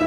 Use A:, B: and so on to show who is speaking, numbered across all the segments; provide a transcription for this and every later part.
A: Le,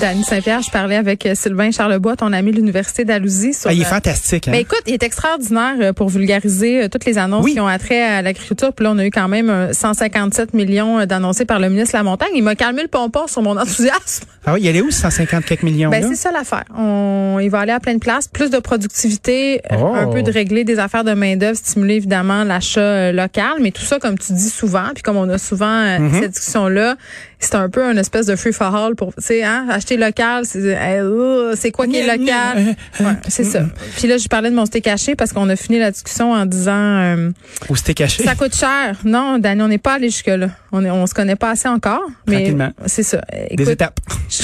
B: Dany Saint-Pierre, je parlais avec euh, Sylvain Charlebois, ton ami de l'Université d'Alousie. Sur,
C: Ah, il est
B: euh,
C: fantastique. hein?
B: ben écoute, il est extraordinaire euh, pour vulgariser euh, toutes les annonces
C: Oui.
B: qui ont attrait à l'agriculture. Puis là, on a eu quand même euh, 157 millions euh, d'annoncés par le ministre La Montagne. Il m'a calmé le pompon sur mon enthousiasme.
C: ah oui, il allait où, ce 150 quelques millions?
B: Ben,
C: là?
B: c'est ça l'affaire. On, il va aller à plein de places, plus de productivité, euh,
C: Oh.
B: un peu de régler des affaires de main-d'œuvre, stimuler évidemment l'achat euh, local, mais tout ça, comme tu dis souvent, puis comme on a souvent euh,
C: Mm-hmm.
B: cette discussion-là, c'est un peu une espèce de free for all pour, tu sais, hein, acheter local, c'est euh, euh, c'est quoi qui est local?
C: Euh,
B: Ouais, c'est ça.
C: mm-hmm.
B: Puis là, je parlais de mon steak caché parce qu'on a fini la discussion en disant, euh,
C: Où c'était caché?
B: ça coûte cher. Non, Dani, on n'est pas allé jusque-là. On, est- on se connaît pas assez encore. mais
C: Tranquillement.
B: C'est ça.
C: Des
B: Écoute,
C: étapes.
B: je-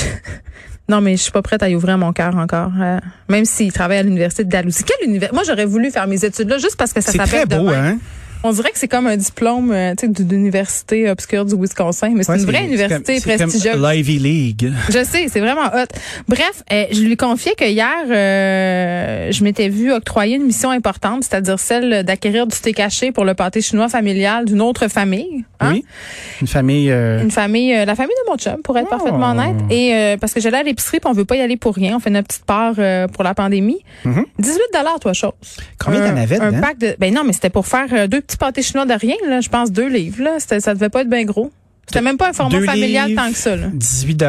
B: Non, mais je suis pas prête à y ouvrir mon cœur encore. euh, même s'il travaille à l'université de Dalhousie. Quelle univers Moi, j'aurais voulu faire mes études là juste parce que ça
C: C'est très
B: s'appelle
C: beau,
B: demain.
C: hein?
B: On dirait que c'est comme un diplôme euh, tu sais, d- d'université obscure du Wisconsin, mais c'est
C: Ouais,
B: une vraie université
C: c'est comme- c'est comme
B: prestigieuse.
C: L'Ivy League.
B: Je sais, c'est vraiment hot. Bref, euh, je lui confiais que hier, euh, je m'étais vue octroyer une mission importante, c'est-à-dire celle d'acquérir du thé caché pour le pâté chinois familial d'une autre famille. hein.
C: Oui. Une famille. euh,
B: Une famille, euh, la famille de mon chum, pour être
C: Oh.
B: parfaitement honnête. Et euh, parce que j'allais à l'épicerie, puis on veut pas y aller pour rien. On fait notre petite part euh, pour la pandémie. 18 dollars, toi, chose.
C: Mm-hmm. Combien
B: Un-
C: t'en avais
B: Un
C: dedans?
B: pack de. Ben non, mais c'était pour faire euh, deux petits pâtés chinois de rien, là. Je pense deux livres, là. C'était, ça devait pas être bien gros. C'était même pas un format
C: deux
B: familial
C: livres.
B: tant que ça, là.
C: 18 T'es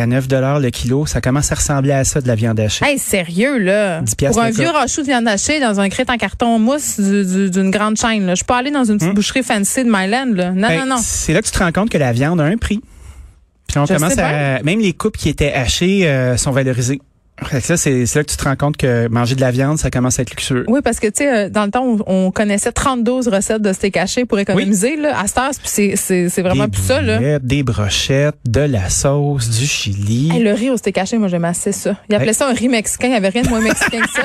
C: à 9 le kilo. Ça commence à ressembler à ça de la viande hachée.
B: Hey, sérieux, là.
C: 10 piastres
B: Pour un
C: le
B: vieux
C: cas.
B: rachou de viande hachée dans un crête en carton mousse du- du- d'une grande chaîne, là. Je peux pas aller dans une
C: Mm.
B: petite boucherie fancy de Myland, là. Non,
C: Ben,
B: non, non.
C: C'est là que tu te rends compte que la viande a un prix. Puis on
B: Je
C: commence
B: sais
C: à. Même les coupes qui étaient hachées euh, sont valorisées. Fait que là, c'est c'est là que tu te rends compte que manger de la viande, ça commence à être luxueux.
B: Oui, parce que, tu sais, euh, dans le temps, on, on connaissait 32 recettes de steak haché pour économiser, là. À cette heure, c'est- c'est c'est vraiment
C: des
B: plus ça, là.
C: boulettes, Des brochettes, de la sauce, du chili.
B: Hey, le riz au steak haché, moi, j'aimais assez ça. Ils appelaient
C: Hey.
B: ça un riz mexicain. Il n'y avait rien de moins mexicain que ça.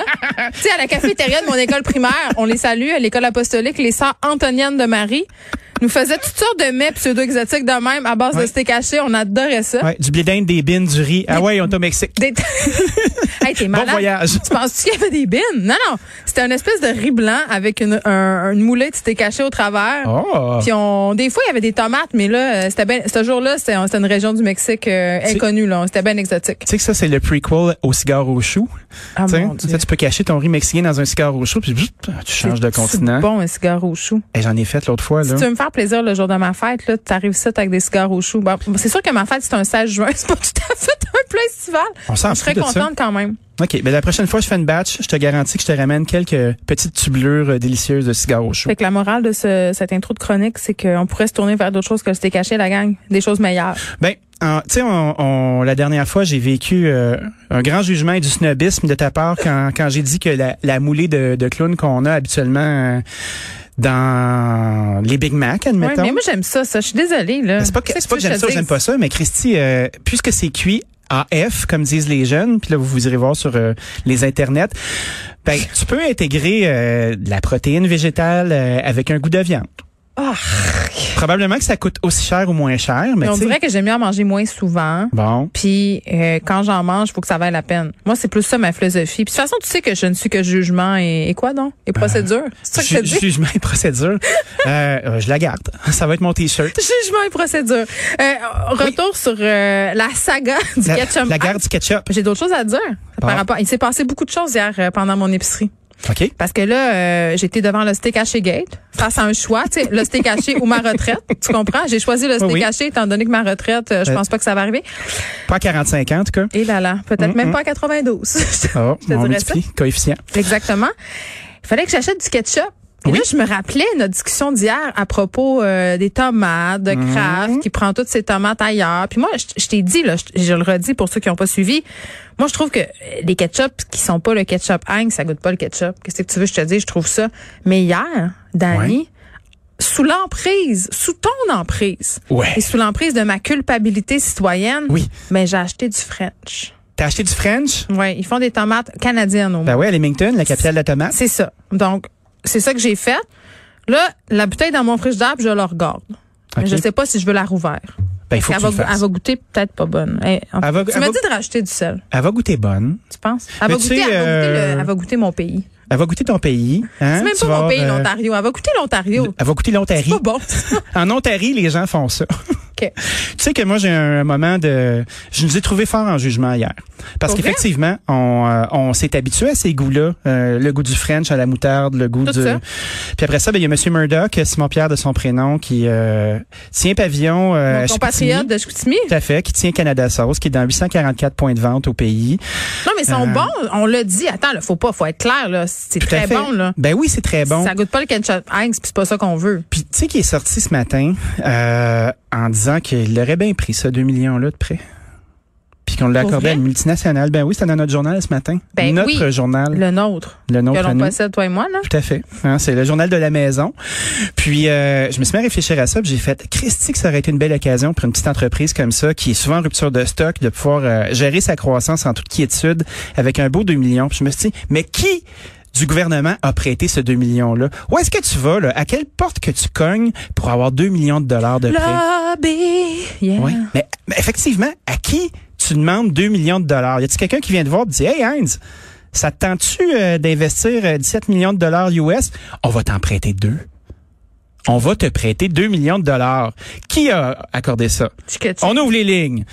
B: tu sais, à la cafétéria de mon école primaire, on les salue, à l'école apostolique, les sœurs Antoniennes de Marie nous faisaient toutes sortes de mets pseudo-exotiques de même à base de
C: Ouais.
B: steak haché. On adorait ça.
C: Ouais, du blé d'Inde, des bines, du riz. Ah ouais, on est au Mexique.
B: Des- hey, t'es malade.
C: Bon voyage.
B: Tu penses-tu qu'il y avait des bines? Non, non. C'était une espèce de riz blanc avec une, un, une moulette steak haché au travers.
C: Oh!
B: Puis on, des fois, il y avait des tomates, mais là, euh, c'était ben, ce jour-là, c'était c'était une région du Mexique euh,
C: C'est-
B: inconnue, là. C'était bien exotique.
C: Tu sais que ça, c'est le prequel au cigare au chou.
B: Ah,
C: Tu sais,
B: mon Dieu.
C: ça, tu peux cacher ton riz mexicain dans un cigare au chou, puis bzz, tu changes de
B: C'est
C: continent.
B: bon, un cigare au chou.
C: Et J'en ai fait l'autre fois,
B: Si
C: là.
B: tu veux me faire plaisir le jour de ma fête, là, t'arrives ça avec des cigares au chou. Bon, c'est sûr que ma fête, c'est un 16 juin. C'est pas tout à fait un plat estival.
C: On s'en
B: Je serais
C: fout de ça.
B: contente quand même.
C: OK, ben la prochaine fois que je fais une batch, je te garantis que je te ramène quelques petites tubulures euh, délicieuses de cigare au chou.
B: Fait que la morale de ce, cette intro de chronique, c'est qu'on pourrait se tourner vers d'autres choses que le steak caché, la gang. Des choses meilleures.
C: Ben, en- tu sais, on, on- la dernière fois, j'ai vécu euh, un grand jugement et du snobisme de ta part quand, quand j'ai dit que la, la moulée de, de clown qu'on a habituellement euh, dans les Big Mac,
B: Ouais,
C: admettons.
B: mais moi, j'aime ça, ça. Je suis désolée, là.
C: Ben, C'est pas que,
B: Qu'est-ce
C: c'est pas que
B: tu veux
C: j'aime ça,
B: je te
C: j'aime pas
B: dise?
C: ça, mais Christy, euh, puisque c'est cuit AF, comme disent les jeunes, puis là, vous, vous irez voir sur euh, les internets, ben, tu peux intégrer euh, de la protéine végétale euh, avec un goût de viande.
B: Ah.
C: Probablement que ça coûte aussi cher ou moins cher, mais
B: Mais on
C: tu sais,
B: dirait que j'aime mieux en manger moins souvent.
C: Bon.
B: Puis euh, quand j'en mange, faut que ça vaille la peine. Moi, c'est plus ça ma philosophie. Puis de toute façon, tu sais que je ne suis que jugement et, et quoi donc Et procédure. c'est ça que
C: Ben, Ju-
B: je te dis.
C: Jugement et procédure. Euh, euh, je la garde. Ça va être mon t-shirt.
B: Jugement et procédure. Euh, retour sur euh, la saga du
C: La,
B: ketchup.
C: la garde du ketchup.
B: Ah, J'ai d'autres choses à dire. Par
C: Bon.
B: rapport, il s'est passé beaucoup de choses hier euh, pendant mon épicerie.
C: OK.
B: Parce que là, euh, j'étais devant le steak haché gate, face à un choix, tu sais, le steak haché ou ma retraite. Tu comprends? J'ai choisi le steak
C: Oui, oui.
B: haché étant donné que ma retraite, euh, je
C: Euh.
B: pense pas que ça va arriver.
C: Pas à 45 ans, en tout cas.
B: Et là là, peut-être
C: Mm,
B: même
C: mm.
B: pas à 92.
C: Oh,
B: te
C: on
B: dirais Mm.
C: multiplie. Coefficient.
B: Exactement. Il fallait que j'achète du ketchup. Et
C: Oui.
B: là, je me rappelais notre discussion d'hier à propos euh, des tomates de
C: Mhm.
B: Kraft qui prend toutes ses tomates ailleurs. Puis moi, je, je t'ai dit, là, je, je le redis pour ceux qui n'ont pas suivi, moi, je trouve que euh, les ketchup qui sont pas le ketchup Heinz, ça goûte pas le ketchup. Qu'est-ce que tu veux que je te dise? Je trouve ça. Mais hier, Danny,
C: Ouais.
B: sous l'emprise, sous ton emprise,
C: Ouais.
B: et sous l'emprise de ma culpabilité citoyenne,
C: Oui.
B: ben, j'ai acheté du French.
C: T'as acheté du French?
B: Ouais, ils font des tomates canadiennes au moins.
C: Ben ouais, à Leamington, la capitale de la tomate.
B: C'est ça. Donc, c'est ça que j'ai fait. Là, la bouteille est dans mon frigidaire, puis je la regarde. Mais
C: Ok.
B: Je sais pas si je veux la rouvrir.
C: Ben, il faut que
B: elle,
C: tu
B: va,
C: le fasses.
B: elle va goûter peut-être pas bonne. Hey, en-
C: Elle va-
B: tu
C: elle
B: m'as
C: va-
B: dit de racheter du sel,
C: Elle va goûter bonne.
B: tu penses? Elle
C: Mais
B: va,
C: tu
B: goûter, elle,
C: sais,
B: va goûter
C: euh,
B: le- elle va goûter mon pays.
C: Elle va goûter ton pays. Hein?
B: C'est même
C: Tu
B: pas
C: vas
B: mon
C: avoir,
B: pays,
C: euh,
B: l'Ontario. Elle va goûter l'Ontario.
C: Elle va goûter l'Ontario.
B: Pas bon.
C: En Ontarie, les gens font ça.
B: OK.
C: Tu sais que moi, j'ai un moment de... Je nous ai trouvé fort en jugement hier. Parce
B: Pour vrai?
C: qu'effectivement, on, euh, on s'est habitué à ces goûts-là. euh, le goût du French à la moutarde, le goût
B: Tout
C: du...
B: ça.
C: Puis après ça, ben, il y a Monsieur Murdoch, Simon-Pierre de son prénom, qui euh, tient pavillon euh, à
B: Mon
C: Chicoutimi.
B: compatriote de Chicoutimi.
C: Tout à fait, qui tient Canada Sauce, qui est dans 844 points de vente au pays.
B: Non, mais ils sont bons. On l'a dit. Attends, là, faut pas, faut être clair, là. C'est
C: Euh, Tout à
B: très
C: fait.
B: bon, là.
C: Ben oui, c'est très bon.
B: Ça goûte pas le ketchup Heinz, puis c'est pas ça qu'on veut.
C: Puis tu sais qui est sorti ce matin euh, en disant qu'il aurait bien pris ça, 2 millions-là de prêt. Puis qu'on l'a
B: Pour
C: accordé
B: vrai?
C: à une multinationale. Ben oui, c'était dans notre journal ce matin.
B: Ben
C: notre
B: oui.
C: journal, le,
B: Le nôtre.
C: nôtre
B: que
C: à
B: l'on
C: nous.
B: possède, toi et moi, là.
C: Tout à fait. Hein, c'est le journal de la maison. Puis, euh, je me suis mis à réfléchir à ça. puis J'ai fait, Christy, que ça aurait été une belle occasion pour une petite entreprise comme ça, qui est souvent en rupture de stock, de pouvoir euh, gérer sa croissance en toute quiétude avec un beau 2 millions. Puis je me suis dit, mais qui du gouvernement a prêté ce 2 millions-là? Où est-ce que tu vas? Là? À quelle porte que tu cognes pour avoir 2 millions de dollars de prêt?
B: Lobby. Yeah.
C: Oui. Mais, mais effectivement, à qui tu demandes 2 millions de dollars? Y a-t-il quelqu'un qui vient te voir et te dit, Hey Heinz, ça te tente-tu euh, d'investir euh, 17 millions de dollars US? On va t'en prêter deux. On va te prêter 2 millions de dollars. Qui a accordé ça?
B: Tu que tu-
C: On ouvre les lignes.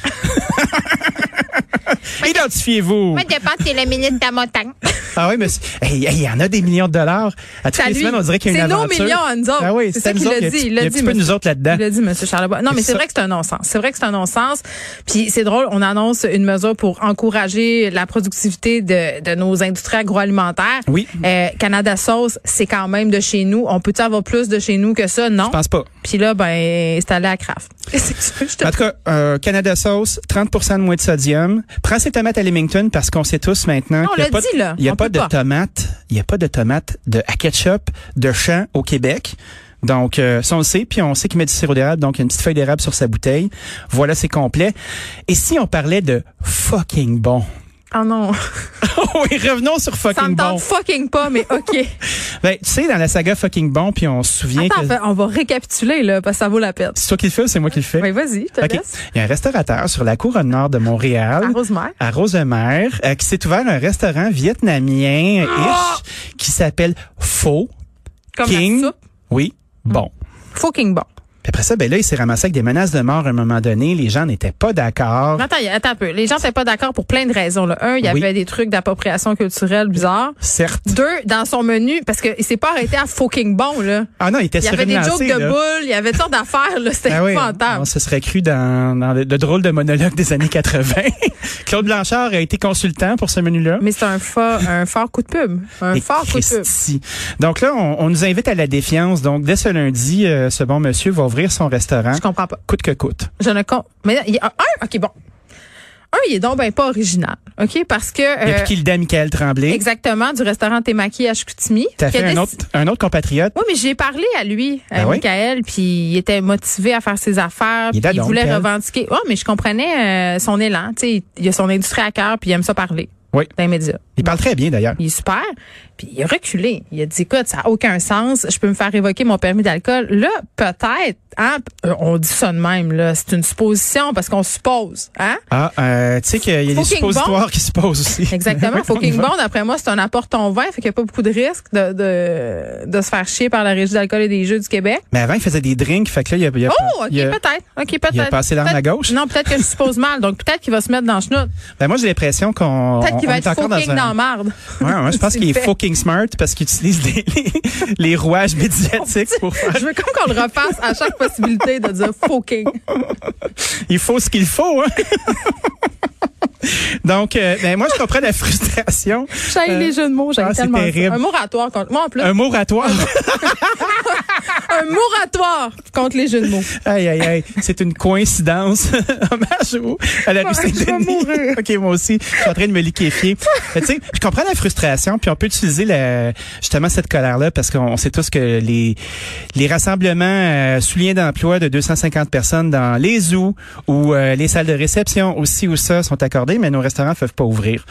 C: Identifiez-vous.
D: Moi, je pense que c'est le ministre de la montagne.
C: Ah oui, mais c'est- hey, hey, il y en a des millions de dollars. À toutes
B: C'est à
C: les
B: lui.
C: semaines, on dirait qu'il y a une
B: C'est nos
C: aventure.
B: millions à nous autres.
C: Ah oui,
B: C'est
C: c'est
B: ça
C: à nous
B: qu'il
C: autres,
B: a
C: il y a
B: dit,
C: petit-
B: il
C: il
B: l'a
C: y a un
B: dit,
C: petit peu de
B: monsieur.
C: nous autres là-dedans.
B: Il l'a dit, M. Charlebois. Non, mais
C: C'est
B: c'est
C: ça.
B: vrai que c'est un non-sens. C'est vrai que c'est un non-sens. Puis c'est drôle, on annonce une mesure pour encourager la productivité de, de nos industries agroalimentaires.
C: Oui.
B: Euh, Canada Sauce, c'est quand même de chez nous. On peut-tu avoir plus de chez nous que ça? Non.
C: Je pense pas.
B: Puis là, ben, c'est allé à Kraft. C'est que je te-
C: En tout cas, euh, Canada Sauce, 30 de moins de sodium. Prends ces tomates à Leamington parce qu'on sait tous maintenant
B: On
C: qu'il n'y
B: l'a
C: a pas, de-
B: dit, là.
C: il y a
B: On
C: pas
B: peut
C: de
B: pas.
C: tomates, il y a pas de tomates de à ketchup de champ au Québec. Donc, euh, ça on le sait, puis on sait qu'il met du sirop d'érable, donc il y a une petite feuille d'érable sur sa bouteille. Voilà, c'est complet. Et si on parlait de fucking bon?
B: Ah non.
C: oui, revenons sur
B: Ça me
C: fucking
B: tente
C: bon.
B: fucking pas, mais OK.
C: Ben, tu sais, dans la saga fucking bon, puis on se souvient
B: Attends,
C: que...
B: fait, on va récapituler, là, parce que ça vaut la peine.
C: C'est toi qui le fais ou c'est moi qui le fais?
B: Mais vas-y, je te
C: OK.
B: laisse.
C: Il y a un restaurateur sur la couronne nord de Montréal.
B: À Rosemère.
C: À Rosemère, euh, qui s'est ouvert un restaurant vietnamien
B: Ah!
C: ish, qui s'appelle Pho
B: Comme
C: King.
B: la soupe.
C: Oui,
B: Hmm.
C: bon.
B: Fucking bon.
C: Puis après ça, ben là, il s'est ramassé avec des menaces de mort à un moment donné. Les gens n'étaient pas d'accord.
B: Mais Attends, y- attends un peu. Les gens n'étaient pas d'accord pour plein de raisons. Là. Un, il y
C: Oui.
B: avait des trucs d'appropriation culturelle bizarres.
C: Certes.
B: Deux, dans son menu, parce qu'il s'est pas arrêté à fucking bon, là.
C: Ah non, il était
B: Il y avait
C: sur
B: des
C: une
B: jokes
C: lancée,
B: de
C: là.
B: boules, il y avait toutes sortes d'affaires, là. C'était
C: Ah oui,
B: épouvantable.
C: on se serait cru dans, dans le, le drôle de monologue des années 80. Claude Blanchard a été consultant pour ce menu-là.
B: Mais c'est un fort, un fort coup de pub. Un
C: Et
B: fort coup de pub.
C: Christi. Donc là, on, on nous invite à la défiance. Donc, dès ce lundi, euh, ce bon monsieur va ouvrir son restaurant.
B: Je comprends pas.
C: Coûte que coûte.
B: Je ne comprends. Mais là, il y a un, OK, bon. Un, il est donc ben pas original. OK? Parce que. euh,
C: Depuis qu'il dit à Michael Tremblay,
B: exactement, du restaurant Temaki à Chicoutimi.
C: t'as
B: qui a
C: fait un
B: déc-
C: autre, un autre compatriote.
B: Oui, mais j'ai parlé à lui, à
C: Ben oui.
B: Michael, puis il était motivé à faire ses affaires,
C: Il est
B: puis il
C: dadon,
B: voulait
C: Michael.
B: revendiquer. Oh, mais je comprenais euh, son élan, tu sais, il- il a son industrie à cœur, puis il aime ça parler
C: Oui.
B: dans les médias.
C: Il parle très bien d'ailleurs.
B: Il est super, puis il a reculé. Il a dit, écoute, ça n'a aucun sens, je peux me faire évoquer mon permis d'alcool. Là, peut-être, hein, p- euh, on dit ça de même, là, c'est une supposition parce qu'on suppose, hein?
C: Ah, euh, tu sais qu'il y a des
B: Fucking
C: suppositoires qui se posent aussi.
B: Exactement. Faut
C: On y
B: King
C: va.
B: Bond, après moi, c'est un apport ton vin, fait qu'il n'y a pas beaucoup de risque de, de, de se faire chier par la Régie d'alcool et des Jeux du Québec.
C: Mais avant, il faisait des drinks. Fait que là, il a, il a-
B: Oh, OK,
C: il a-
B: peut-être. OK, peut-être.
C: il a passé l'arme à
B: Peut-être-
C: gauche.
B: Non, peut-être que je suppose mal. Donc, peut-être qu'il va se mettre dans le chenoute.
C: Ben, moi, j'ai l'impression qu'on
B: Peut-être
C: on-
B: qu'il
C: on
B: va être
C: est encore
B: fucking dans,
C: dans un...
B: la marde.
C: Ouais, ouais, je pense
B: C'est
C: qu'il est
B: fait.
C: fucking smart parce qu'il utilise des- les, les rouages médiatiques pour faire
B: Je veux comme qu'on le refasse à chaque possibilité de dire fucking.
C: Il faut ce qu'il faut, hein? Donc, euh, ben, moi, je comprends la frustration.
B: J'aille les jeux de mots, j'aille
C: ah, c'est
B: tellement ça.
C: terrible.
B: Un moratoire contre moi en plus.
C: Un moratoire.
B: Un moratoire contre les jeux de mots.
C: aïe, aïe, aïe. C'est une coïncidence. Hommage au- à la rue
B: Je vais
C: Saint-Denis.
B: mourir.
C: OK, moi aussi. Je suis en train de me liquéfier. Mais tu sais, je comprends la frustration, puis on peut utiliser la- justement cette colère-là, parce qu'on on sait tous que les, les rassemblements euh, sous lien d'emploi de 250 personnes dans les zoos ou euh, les salles de réception aussi ou ça sont accordées, mais nos restaurants ne peuvent pas ouvrir.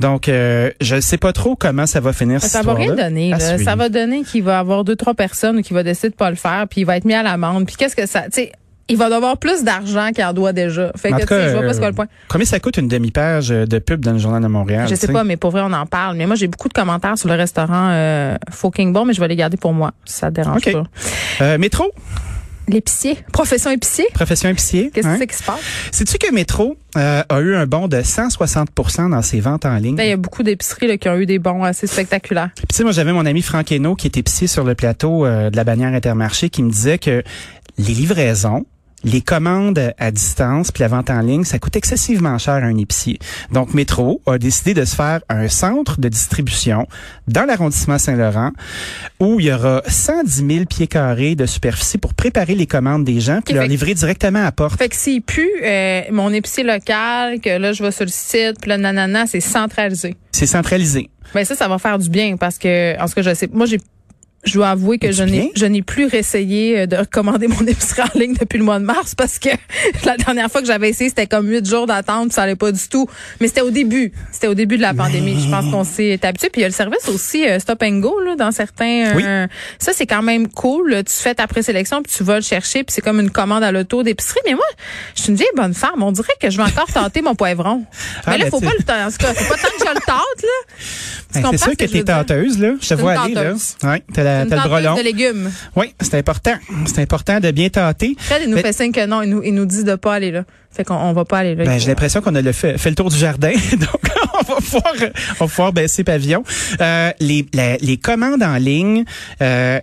C: Donc, euh, je ne sais pas trop comment ça va finir cette
B: Ça va rien
C: histoire-là.
B: donner.
C: À
B: là. Ça
C: suivre.
B: va donner qu'il va avoir deux, trois personnes qui va décider de pas le faire, puis il va être mis à l'amende. Puis qu'est-ce que ça. Tu sais, il va devoir plus d'argent qu'il en doit déjà. Fait
C: En
B: que,
C: tout
B: tu sais,
C: cas,
B: je vois
C: euh,
B: pas ce qu'est le point.
C: Combien ça coûte une demi-page euh, de pub dans le Journal de Montréal?
B: Je sais
C: tu
B: pas, mais pour vrai, on en parle. Mais moi, j'ai beaucoup de commentaires sur le restaurant euh, Fucking Bon, mais je vais les garder pour moi. si Ça te dérange
C: OK.
B: pas.
C: Euh, métro,
B: L'épicier. Profession épicier.
C: profession épicier.
B: Qu'est-ce que
C: hein?
B: c'est qui se passe?
C: Sais-tu que Métro euh, a eu un bond de 160 dans ses ventes en ligne?
B: Là, Ben, Il y a beaucoup d'épiceries là, qui ont eu des bons assez spectaculaires.
C: Puis tu sais, moi, j'avais mon ami Franck Hainaut, qui était épicier sur le plateau euh, de la bannière Intermarché, qui me disait que les livraisons, les commandes à distance puis la vente en ligne, ça coûte excessivement cher à un épicier. Donc, Métro a décidé de se faire un centre de distribution dans l'arrondissement Saint-Laurent où il y aura 110 000 pieds carrés de superficie pour préparer les commandes des gens
B: Ok,
C: puis leur
B: fait-
C: livrer directement à la porte.
B: Fait que s'il pue, euh, mon épicier local, que là, je vais sur le site, puis là, nanana, c'est centralisé.
C: C'est centralisé.
B: Ben ça, ça va faire du bien parce que, en ce que je sais, moi, j'ai je dois avouer que
C: Du
B: je
C: bien?
B: n'ai, je n'ai plus réessayé euh, de recommander mon épicerie en ligne depuis le mois de mars parce que la dernière fois que j'avais essayé, c'était comme huit jours d'attente, puis ça allait pas du tout. Mais c'était au début. C'était au début de la pandémie. Je pense qu'on s'est habitué. Puis il y a le service aussi euh, stop and go là, dans certains. euh, Ça, c'est quand même cool. Tu fais ta présélection, puis tu vas le chercher, puis c'est comme une commande à l'auto d'épicerie. Mais moi, je suis une vieille bonne femme. On dirait que je vais encore tenter mon poivron.
C: Ah,
B: mais là,
C: ben,
B: faut
C: tu-
B: pas le tenter. En tout cas, faut pas tant que je le tente, là. Tu
C: Ben,
B: comprends
C: c'est sûr
B: ce
C: que
B: que je
C: t'es
B: veux dire?
C: tenteuse, là. Je te
B: une
C: vois aller, là.
B: tenteuse.
C: Ouais, t'as la-
B: Une
C: t'as le
B: tenteuse
C: brelon.
B: de légumes.
C: Oui, c'est important. C'est important de bien tenter.
B: Fred, il nous
C: Ben-
B: fait signe que non, il nous, il nous dit de pas aller là. Fait qu'on on va pas aller là.
C: Ben, j'ai l'impression qu'on a le fait, fait le tour du jardin, donc on va pouvoir, on va pouvoir baisser pavillon. Euh, les, la- les commandes en ligne euh,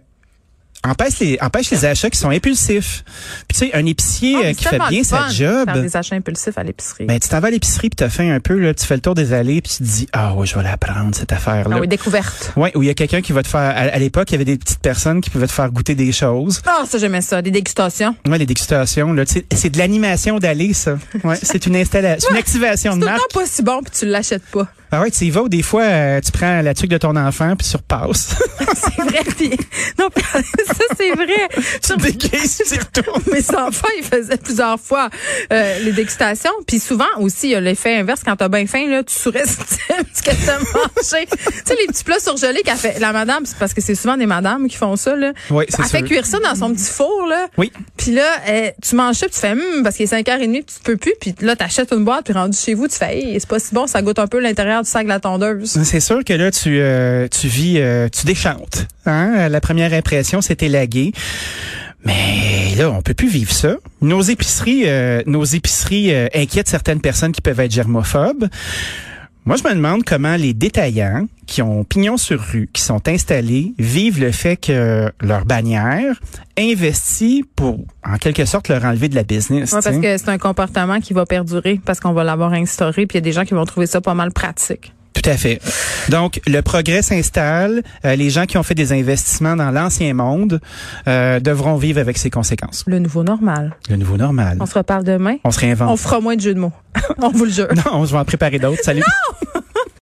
C: empêchent, les, empêchent les achats qui sont impulsifs. Puis tu sais, un épicier
B: Ah, mais
C: euh,
B: c'est
C: qui fait
B: tellement
C: bien
B: le
C: sa
B: fun,
C: job,
B: Faire des achats impulsifs à l'épicerie.
C: ben, tu t'en vas à l'épicerie, puis t'as faim un peu, là, tu fais le tour des allées, puis tu te dis, ah ouais, je vais la prendre, cette affaire-là.
B: ah oui, découverte.
C: Ouais, où il y a quelqu'un qui va te faire, à, à l'époque, il y avait des petites personnes qui pouvaient te faire goûter des choses.
B: Ah, ça, j'aimais ça. Des dégustations.
C: Ouais, les dégustations, là, tu sais, c'est de l'animation d'aller, ça. Ouais, c'est une installation, une activation
B: C'est
C: de
B: tout le
C: marque.
B: temps pas si bon puis tu l'achètes pas.
C: Ah ouais, tu y vas ou des fois, euh, tu prends la tuque de ton enfant puis tu repasses.
B: C'est vrai. puis- non, puis- ça, c'est vrai.
C: tu te déguises, tu y retournes.
B: Mes enfants, ils faisaient plusieurs fois euh, les dégustations. Puis souvent aussi, il y a l'effet inverse. Quand t'as bien faim, là, tu surestimes ce que t'as mangé. tu sais, les petits plats surgelés qu'a fait la madame, c'est parce que c'est souvent des madames qui font ça, là.
C: Oui, c'est
B: Elle fait
C: sûr.
B: cuire ça dans son petit four, là.
C: Oui.
B: Puis là, euh, tu manges ça, puis tu fais, hum, parce qu'il est 5h30, puis tu peux plus. Puis là, t'achètes une boîte, puis rendu chez vous, tu fais, hey, c'est pas si bon, ça goûte un peu l'intérieur du sac de la tondeuse.
C: C'est sûr que là, tu, euh, tu vis, euh, tu déchantes. Hein? La première impression, c'était lagué. Mais là, on peut plus vivre ça. Nos épiceries, euh, nos épiceries euh, inquiètent certaines personnes qui peuvent être germophobes. Moi, je me demande comment les détaillants qui ont pignon sur rue, qui sont installés, vivent le fait que leur bannière investit pour, en quelque sorte, leur enlever de la business.
B: Ouais,
C: tu
B: parce
C: sais.
B: que c'est un comportement qui va perdurer, parce qu'on va l'avoir instauré, puis il y a des gens qui vont trouver ça pas mal pratique.
C: Tout à fait. Donc, le progrès s'installe. Euh, les gens qui ont fait des investissements dans l'ancien monde euh, devront vivre avec ses conséquences.
B: Le nouveau normal.
C: Le nouveau normal.
B: On se reparle demain.
C: On se réinvente.
B: On fera moins de jeux de mots. on vous le jure.
C: Non, on va en préparer d'autres. Salut.